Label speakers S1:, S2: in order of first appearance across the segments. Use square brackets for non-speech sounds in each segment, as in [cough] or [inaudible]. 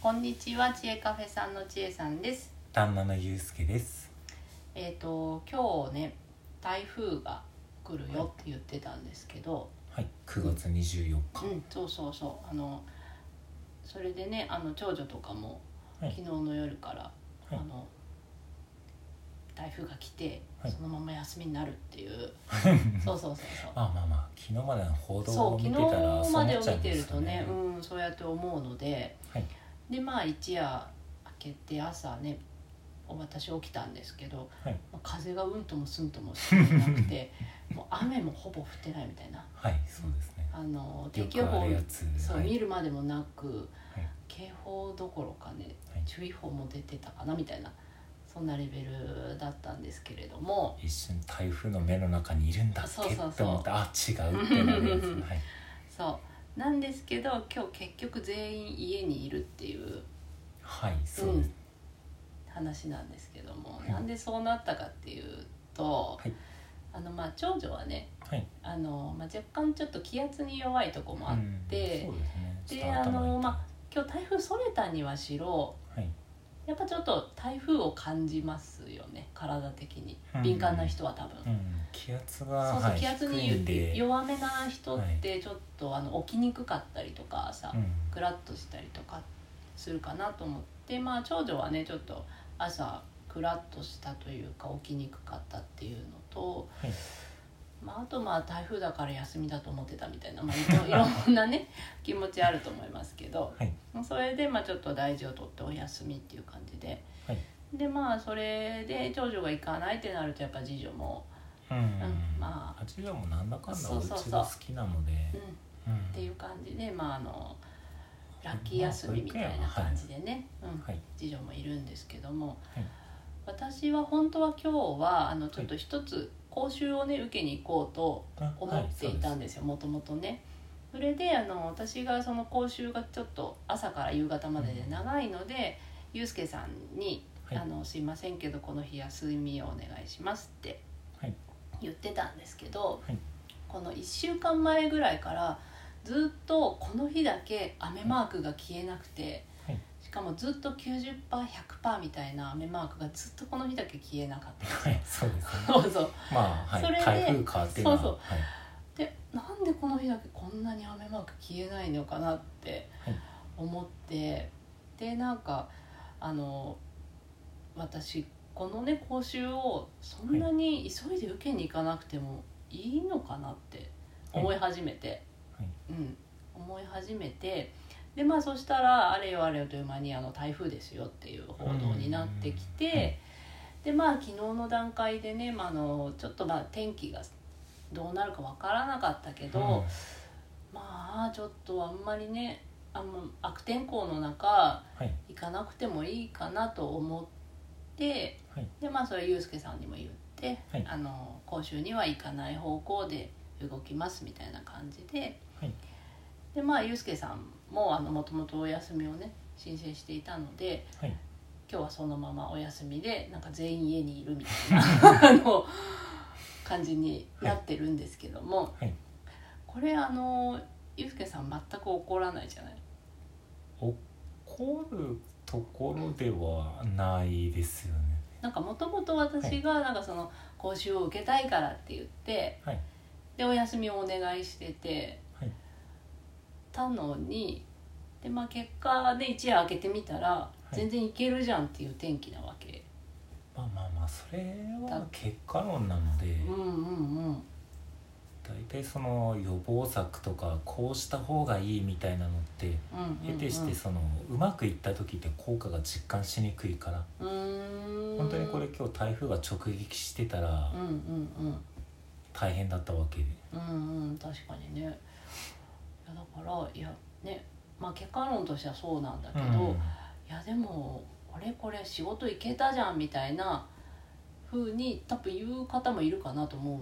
S1: こんにちは、ちえカフェさんのちえさんです。
S2: 旦那のゆうすけです
S1: えっ、と今日ね、台風が来るよって言ってたんですけど、
S2: はい9月24日、
S1: うん、そうそうそう、あのそれでね、あの長女とかも、
S2: はい
S1: 昨日の夜から、
S2: は
S1: あ
S2: い
S1: の台風が来て、
S2: はい
S1: そのまま休みになるって
S2: [laughs]
S1: いう、そうそうそうそう。
S2: まあまあまあ昨日までの報道
S1: そ
S2: を
S1: う
S2: 見て
S1: 昨
S2: たら
S1: 日までを
S2: そう
S1: 見
S2: なっち
S1: て
S2: ゃいま
S1: る
S2: す
S1: と
S2: よ
S1: ねうん、そうやって思うので、
S2: はい
S1: でまあ一夜明けて朝ね私起きたんですけど、
S2: はい
S1: まあ風がうんともすんともしてなく
S2: [laughs]
S1: てもう雨もほぼ降ってないみたいな
S2: はいそうですね
S1: あの
S2: よ
S1: 天気予
S2: くあ
S1: 報
S2: るやつ
S1: そう、
S2: はい
S1: 見るまでもなく、
S2: はい
S1: 警報どころかね
S2: はい
S1: 注意報も出てたかなみたいなそんなレベルだったんですけれども
S2: 一瞬台風の目の中にいるんだっ
S1: そう
S2: け
S1: そうそう
S2: って思ってあ違うってなるやつ
S1: [laughs]
S2: はい
S1: そうなんですけど今日結局全員家にいるっていう。
S2: はいそうです、
S1: 話なんですけども、
S2: はい
S1: なんでそうなったかっていうと、
S2: はい
S1: あのまあ長女はね
S2: はい
S1: あの、まあ、若干ちょっと気圧に弱いとこもあって、
S2: うんそうですね
S1: で
S2: ちょっと頭
S1: あの
S2: 痛い
S1: ま今日台風それたにはしろ
S2: はい
S1: やっぱちょっと台風を感じますよね体的に
S2: うん
S1: 敏感な人は多分。
S2: うん、気圧が
S1: そうそう
S2: はい
S1: 気圧
S2: 低いん
S1: に
S2: で、
S1: 弱めな人ってちょっと、あの起きにくかったりとかさ、
S2: うん、
S1: クラッとしたりとかするかなと思ってまあ長女はねちょっと朝クラッとしたというか起きにくかったっていうのと、
S2: はい
S1: まあ、あとまあ台風だから休みだと思ってたみたいな、まあ、 [laughs] いろいろんなね気持ちあると思いますけど
S2: はい
S1: それでまあちょっと大事を取ってお休みっていう感じで。
S2: はい
S1: でまあそれで長女が行かないってなるとやっぱ次女も、
S2: うん、
S1: うんまあ
S2: あちらもなんだかんだ
S1: そ
S2: お
S1: うそうそう
S2: 家が好きなので
S1: うん、っ
S2: うん
S1: ていう感じでまああのラッキー休みみたいな感じでね、うん、
S2: はい
S1: 次女もいるんですけども、
S2: はい
S1: 私は本当は今日はあのちょっと一つ講習をね受けに行こうと
S2: あ
S1: 思っていたん
S2: はい
S1: ですよもともとね。それであの私がその講習がちょっと朝から夕方までで長いので、ゆうすけさんに「
S2: はい
S1: あのすいませんけどこの日休みをお願いします」って
S2: はい
S1: 言ってたんですけど、
S2: はい
S1: この1週間前ぐらいからずっとこの日だけ雨マークが消えなくて、
S2: はい
S1: しかもずっと 90%100% みたいな雨マークがずっとこの日だけ消えなかっ
S2: そうですはい [laughs] そうです
S1: た [laughs] そう
S2: ね
S1: そう
S2: まあ、はい、
S1: それで
S2: 台風かっていうのは
S1: そうそう
S2: はい、
S1: でなんでこの日だけこんなに雨マーク消えないのかなって
S2: はい
S1: 思って、でなんかあの私このね講習をそんなに急いで受けに行かなくてもいいのかなって思い始めて、
S2: はい
S1: うん思い始めてでまあそしたらあれよあれよという間にあの台風ですよっていう報道になってきて、
S2: うんはい
S1: でまあ昨日の段階でね、まあ、あのちょっとまあ天気がどうなるかわからなかったけど、
S2: うん
S1: まあちょっとあんまりねあんま悪天候の中
S2: はい
S1: 行かなくてもいいかなと思って、
S2: はい
S1: でまあそれゆうすけさんにも言って、
S2: はい
S1: あの講習には行かない方向で動きますみたいな感じで、
S2: はい
S1: でまあゆうすけさんもあのもともとお休みをね申請していたので
S2: はい
S1: 今日はそのままお休みでなんか全員家にいるみたい
S2: [laughs]
S1: なあの感じになってるんですけども、
S2: はい
S1: これあのゆうすけさん全く怒らないじゃない
S2: 怒るところではないですよね
S1: なんかもともと私がなんかその講習を受けたいからって言って、
S2: はい
S1: でお休みをお願いしてて、
S2: はい
S1: たのにで、まあ、結果で一夜明けてみたら
S2: い
S1: 全然いけるじゃんっていう天気なわけ、
S2: まあまあまあそれは結果論なので
S1: うんうんうん
S2: 大体その予防策とかこうした方がいいみたいなのって
S1: うんうんう
S2: 得
S1: ん
S2: てしてそのうまくいった時って効果が実感しにくいから
S1: うーん
S2: 本当にこれ今日台風が直撃してたら
S1: うんうんうん
S2: 大変だったわけで
S1: うんうん確かにねいやだからいやねまあ結果論としてはそうなんだけど、
S2: うん
S1: いやでも俺これ仕事行けたじゃんみたいな風に多分言う方もいるかなと思うん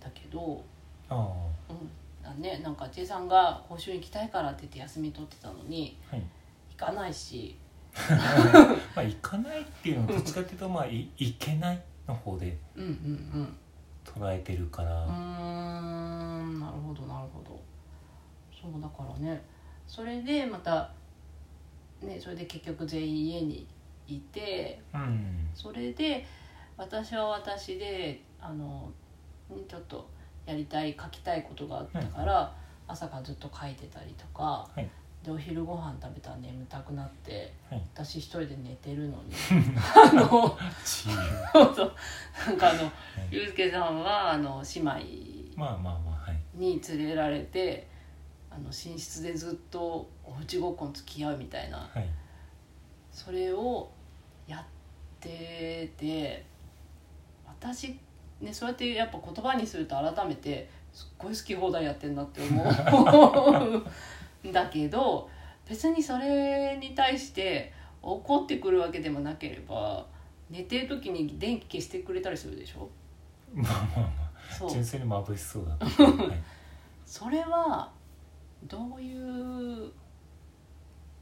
S1: だけど、
S2: ああ
S1: うんだね、なんか J さんが報酬行きたいからって言って休み取ってたのに
S2: はい
S1: 行かないし、
S2: [laughs] まあ行かないっていうのはどっちかっていうとまあい行けないの方で
S1: うんうん
S2: 捉えてるか
S1: うんうー
S2: ら、
S1: んなるほどなるほどそうだからねそれでまたね、それで結局全員家にいて
S2: うん
S1: それで私は私であのんちょっとやりたい書きたいことがあったから、朝からずっと書いてたりとか、
S2: はい
S1: でお昼ご飯食べたら眠たくなって、
S2: はい
S1: 私一人で寝てるの
S2: [laughs]
S1: にあの
S2: 自由
S1: そうそうなんかあの
S2: い
S1: ゆうすけさんはあの姉妹
S2: まあまあまあはい
S1: に連れられてあの寝室でずっとおうちごっこに付き合うみたいな
S2: はい
S1: それをやってて私ねそうやってやっぱ言葉にすると改めてすっごい好き放題やってんなって思うだけど別にそれに対して怒ってくるわけでもなければ寝てる時に電気消してくれたりするでしょ
S2: まあまあま
S1: そ
S2: あ
S1: う
S2: 純粋に眩しそうだ [laughs] った、はい、
S1: それはどういう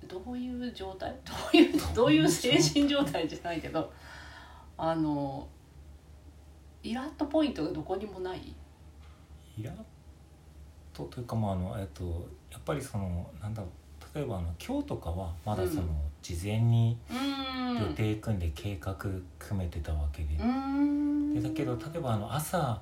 S1: どういう状態 [laughs] どういうどういう精神状態じゃないけどあのイラッとポイントがどこにもない
S2: イラッとというかまああのえっとやっぱりそのなんだろう例えばあの今日とかはまだその、
S1: うん
S2: 事前に
S1: うーん
S2: 予定組んで計画組めてたわけで
S1: うー、ん
S2: でだけど例えばあの朝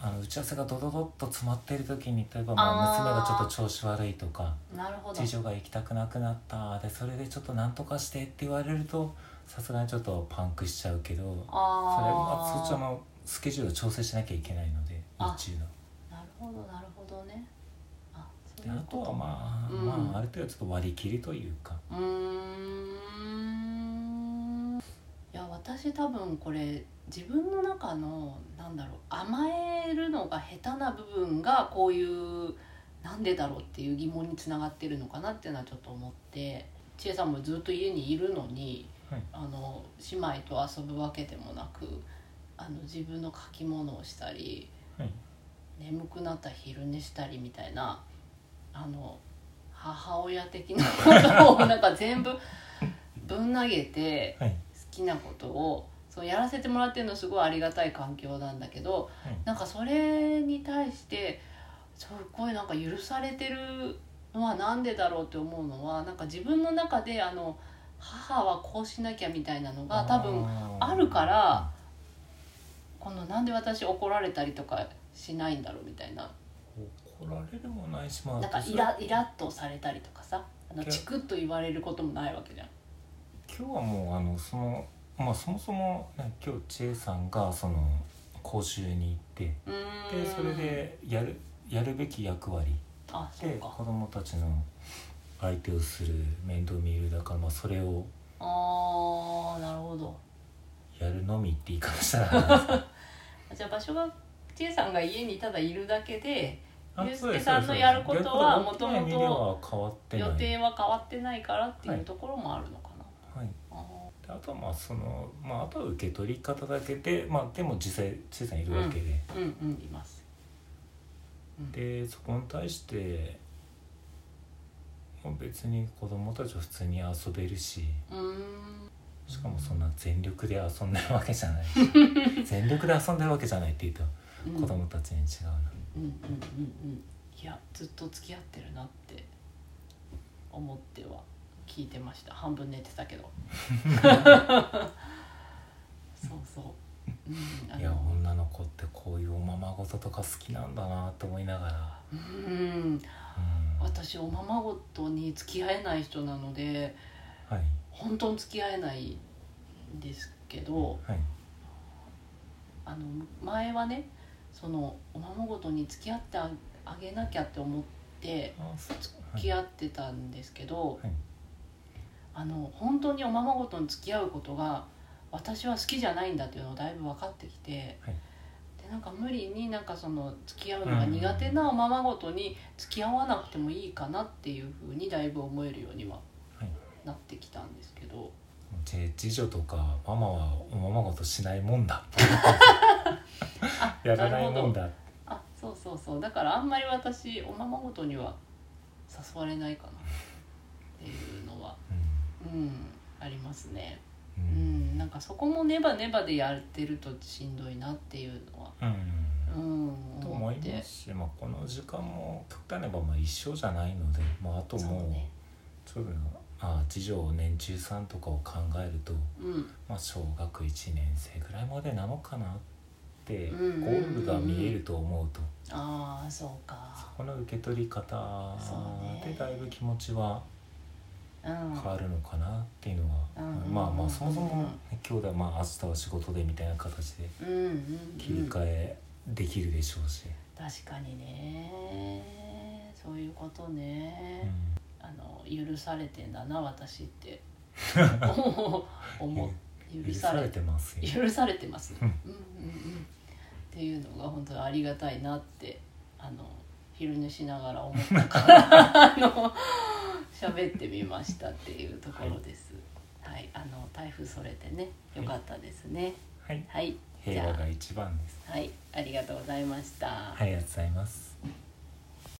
S2: あの打ち合わせがドドドッと詰まってる時に例えばまあ
S1: あー
S2: 娘がちょっと調子悪いとか
S1: なるほど
S2: 次女が行きたくなくなったでそれでちょっと何とかしてって言われるとさすがにちょっとパンクしちゃうけどそれは
S1: あ
S2: そっ
S1: あ
S2: ちのスケジュールを調整しなきゃいけないので
S1: あ
S2: 日中の。
S1: なるほどなるほどねあそうい
S2: であ
S1: う
S2: とは
S1: こ
S2: まあ、
S1: うん
S2: まあある程度ちょっと割り切りというか
S1: うーんいや私多分これ自分の中のなんだろう甘えるのが下手な部分がこういうなんでだろうっていう疑問につながってるのかなっていうのはちょっと思って千恵さんもずっと家にいるのに、
S2: はい
S1: あの姉妹と遊ぶわけでもなくあの自分の書き物をしたり
S2: はい
S1: 眠くなったら昼寝したりみたいなあの母親的なこと
S2: [laughs]
S1: をなんか全部ぶん投げて
S2: はい
S1: 好きなことをそうやらせてもらってるのすごいありがたい環境なんだけど
S2: はい
S1: なんかそれに対してすごいなんか許されてるのはなんでだろうって思うのはなんか自分の中であの母はこうしなきゃみたいなのが多分あるからこのなんで私怒られたりとかしないんだろうみたいな
S2: 怒られるもないしまあ
S1: なんかイライラッとされたりとかさあの
S2: け
S1: チクッと言われることもないわけじゃん。
S2: 今日はもうあのそのまあそもそも、ね、今日知恵さんがその講習に行って
S1: うーん
S2: でそれでやるやるべき役割
S1: あそう
S2: で
S1: か
S2: 子供たちの相手をする面倒見るだからまあそれを
S1: あーなるほど
S2: やるのみって言い方したら
S1: じゃあ場所が千恵さんが家にただいるだけで
S2: あ
S1: ゆうすけ
S2: そうです
S1: さんのやることは
S2: そうです
S1: 元々
S2: やることは大きな
S1: 予
S2: 意味
S1: 定
S2: では変わってない、
S1: は変わってないからってい
S2: は
S1: う
S2: い
S1: ところもあるのかな。
S2: はい、
S1: あー
S2: であとはまあその、まあ、あとは受け取り方だけで、まあ、でも実際知恵さんいるわけで、
S1: うんうんいます。
S2: でそこに対してまあ別に子供たちは普通に遊べるし
S1: うーん
S2: しかもそんな全力で遊んでるわけじゃ
S1: [laughs]
S2: ない全力で遊んでるわけじゃないって言うと
S1: うん
S2: 子供たちに違うな、
S1: うんうんうんうんいやずっと付き合ってるなって思っては聞いてました半分寝てたけ
S2: [laughs]
S1: どそうそう、うん、あ
S2: いや
S1: の
S2: 女の子ってこういうおままごととか好きなんだなと思いながら、
S1: うん
S2: うん
S1: 私おままごとに付き合えない人なので
S2: はい
S1: 本当に付き合えないんですけど
S2: はい
S1: あの前はねそのおままごとに付き合ってああげなきゃって思って
S2: あそう
S1: 付き合ってたんですけど、
S2: はい
S1: あの本当におままごとに付き合うことが私は好きじゃないんだっていうのをだいぶ分かってきて、
S2: はい
S1: でなんか無理になんかその付き合うのが苦手なおままごとに付き合わなくてもいいかなっていうふうにだいぶ思えるようには
S2: はい
S1: なってきたんですけど、
S2: じゃあ次女とかママはおままごとしないもんだ
S1: [laughs] あ
S2: やらないもん
S1: るほど
S2: だ
S1: あそうそうそうだからあんまり私おままごとには誘われないかなっていうのはうんありますね。
S2: う
S1: うんん、なんかそこもネバネバでやってるとしんどいなっていうのは
S2: うん、うん
S1: うん
S2: と
S1: 思
S2: 思
S1: っ
S2: いま
S1: て
S2: すし、まあ、この時間も極端に言えばまあ一生じゃないので、まあ、あと
S1: そう
S2: も
S1: ね
S2: うちょっとまあ次女年中さんとかを考えると、
S1: うん
S2: まあ、小学1年生ぐらいまでなのかなってゴ
S1: うんうんうんうん
S2: ールが見えると思うと、
S1: ああそう
S2: そ
S1: か
S2: この受け取り方
S1: そう
S2: で
S1: ね
S2: だいぶ気持ちは
S1: うん
S2: 変わるのかなっていうのは、
S1: うん
S2: まあまあそもそも、
S1: うん
S2: ね、兄弟まあ明日は仕事でみたいな形で
S1: うんうん
S2: 切り
S1: うん
S2: 替えできるでしょうし、
S1: 確かにねそういうこと
S2: う
S1: ね、
S2: ん
S1: あの許されてんだな私って
S2: [laughs]
S1: 思う許
S2: 許
S1: さ
S2: さ
S1: れ
S2: れてますよ。
S1: 許されてます、
S2: うん
S1: うんうんうん、っていうのが本当にありがたいなってあの昼寝しながら思ったから [laughs] あの喋ってみましたっていうところです。はい、あの台風それでね良かったですね。
S2: はい、
S1: はい、じ
S2: 平和
S1: ゃ
S2: が一番です。
S1: あはいありがとうございました。
S2: ありがとうございます。
S1: はい